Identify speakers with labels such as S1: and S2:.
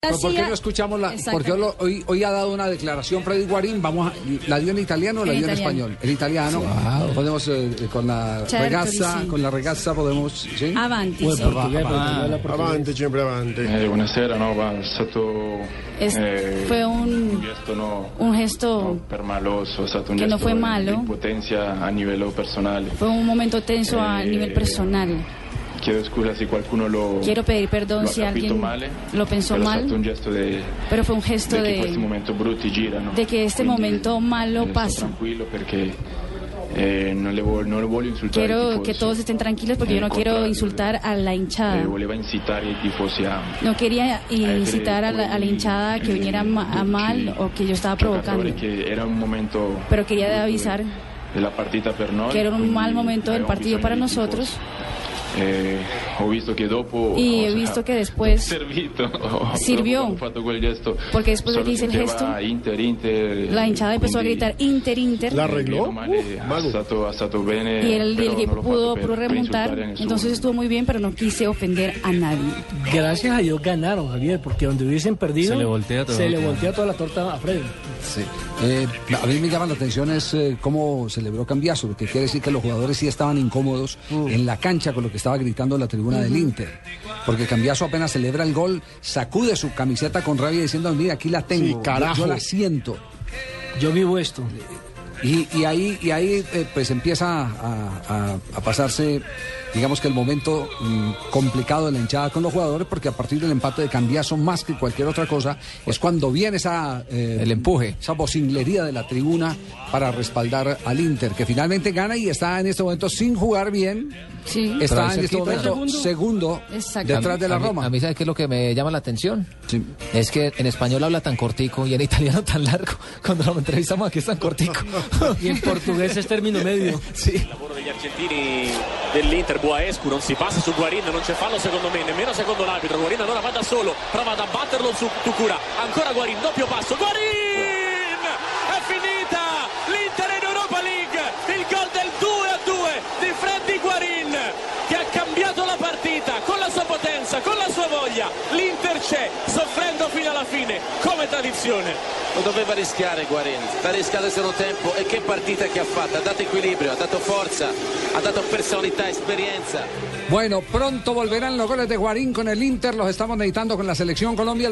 S1: Pero ¿Por qué no escuchamos la.? Porque hoy, hoy- hoy ha dado una declaración Freddy Guarín. Vamos a- ¿La dio en italiano o la
S2: En
S1: dio en
S2: italiano.
S1: español? El italiano. Wow. Podemos eh, con la
S2: Certo,
S1: regaza,
S2: sì.
S1: con la regaza podemos. ¿sí? Pues,
S2: Avanti, sì.
S3: Pues, Avanti, sempre avanti.
S4: Eh, buonasera, no, va, è stato
S2: Es-
S4: eh,
S2: fue
S4: un
S2: un,
S4: gesto no,
S2: un gesto,
S4: no, per maloso, è stato un
S2: che
S4: gesto
S2: non Oh. fue
S4: di-
S2: malo.
S4: di potenza a livello personale.
S2: fue un momento tenso a
S4: Eh,
S2: nivel personal.
S4: Chiedo scusa se qualcuno lo,
S2: Quiero pedir perdón
S4: lo ha
S2: si
S4: capito
S2: alguien
S4: male,
S2: lo pensó
S4: però è
S2: mal,
S4: stato un gesto de,
S2: pero fue un gesto
S4: de este che questi
S2: de,
S4: momenti brutti girano.
S2: de che este
S4: Quindi
S2: momento malo
S4: io sto
S2: pasa.
S4: tranquillo perché eh, non, le vo- non voglio insultare i
S2: Quiero que
S4: tifosi.
S2: todos Ah. estén tranquilos porque yo no
S4: Eh,
S2: quiero
S4: contra-
S2: insultar a la hinchada.
S4: Eh, voleva incitare i tifosi a este
S2: No quería
S4: Ah,
S2: incitar a la, a la hinchada que viniera ma- a mal o que yo estaba provocando.
S4: Que era un momento
S2: Pero quería avisar
S4: de la partita per noi,
S2: que era un
S4: quindi
S2: mal momento del
S4: avevamo
S2: partido
S4: bisogno
S2: para
S4: di
S2: nosotros
S4: tifosi. Eh, ho visto que dopo
S2: y
S4: o
S2: he
S4: sea,
S2: visto que después
S4: servito, ho-
S2: sirvió.
S4: dopo ho fatto quel gesto,
S2: Porque después de
S4: solo
S2: que hice el
S4: sentiva
S2: gesto,
S4: Inter, Inter,
S2: la hinchada empezó a
S4: quindi,
S2: gritar Inter, Inter.
S3: La arregló.
S4: meno male,
S3: Uh,
S4: ha
S3: mago.
S4: stato- ha stato bene,
S2: y el,
S4: però
S2: el que
S4: non l'ho
S2: pudo,
S4: fatto per-
S2: pudo
S4: per
S2: remontar,
S4: insultare nessuno.
S2: entonces estuvo muy bien, pero no quise ofender a nadie.
S5: Gracias a Dios ganaron, Javier, porque donde hubiesen perdido,
S6: Se le voltea toda
S5: se
S6: la
S5: le
S6: torta.
S5: voltea toda la torta a Freddy.
S1: Sí. Eh, a mí me llama la atención es eh, cómo celebró Cambiaso, lo que quiere decir que los jugadores sí estaban incómodos
S3: Uh.
S1: en la cancha con lo que estaba gritando la tribuna del Inter. Porque Cambiaso apenas celebra el gol, sacude su camiseta con rabia diciendo, mira, aquí la tengo,
S3: Sí, carajo.
S1: yo la siento.
S5: Yo vivo esto.
S1: Y, y ahí, y ahí eh, pues empieza a, a- a pasarse, digamos que el momento mm, complicado de la hinchada con los jugadores, porque a partir del empate de Cambiaso, más que cualquier otra cosa, es cuando viene esa, eh,
S6: El empuje.
S1: esa vocinglería de la tribuna para respaldar al Inter, que finalmente gana y está en este momento sin jugar bien,
S2: Sí.
S6: Pero
S1: está
S6: ahí
S1: en este
S6: cerquita.
S1: momento segundo
S2: Exacto.
S1: detrás de la
S6: A mí-
S1: Roma.
S6: A mí, ¿sabes qué es lo que me llama la atención?
S1: Sí.
S6: Es que en español habla tan cortico y en italiano tan largo. Cuando lo entrevistamos aquí es tan cortico.
S5: Y en portugués es término medio.
S6: sí.
S7: lavoro degli argentini dell'Inter Guaescu non si passa su Guarin non c'è fallo secondo me nemmeno secondo l'arbitro Guarin allora va da solo prova ad abbatterlo su Tucura ancora Guarin doppio passo Guarin è finita l'Inter in Europa League il gol del 2 a 2 di Freddy Guarin che ha cambiato la partita con la sua potenza con la sua voglia l'Inter c'è soffrendo fino alla fine come tradizione
S8: Lo doveva rischiare Guarin, sta rischiando il secondo tempo e che partita che ha fatto, ha dato equilibrio, ha dato forza, ha dato personalità, esperienza.
S1: Bueno, pronto volverán los goles de Guarín con el Inter, los estamos necesitando con la selección Colombia.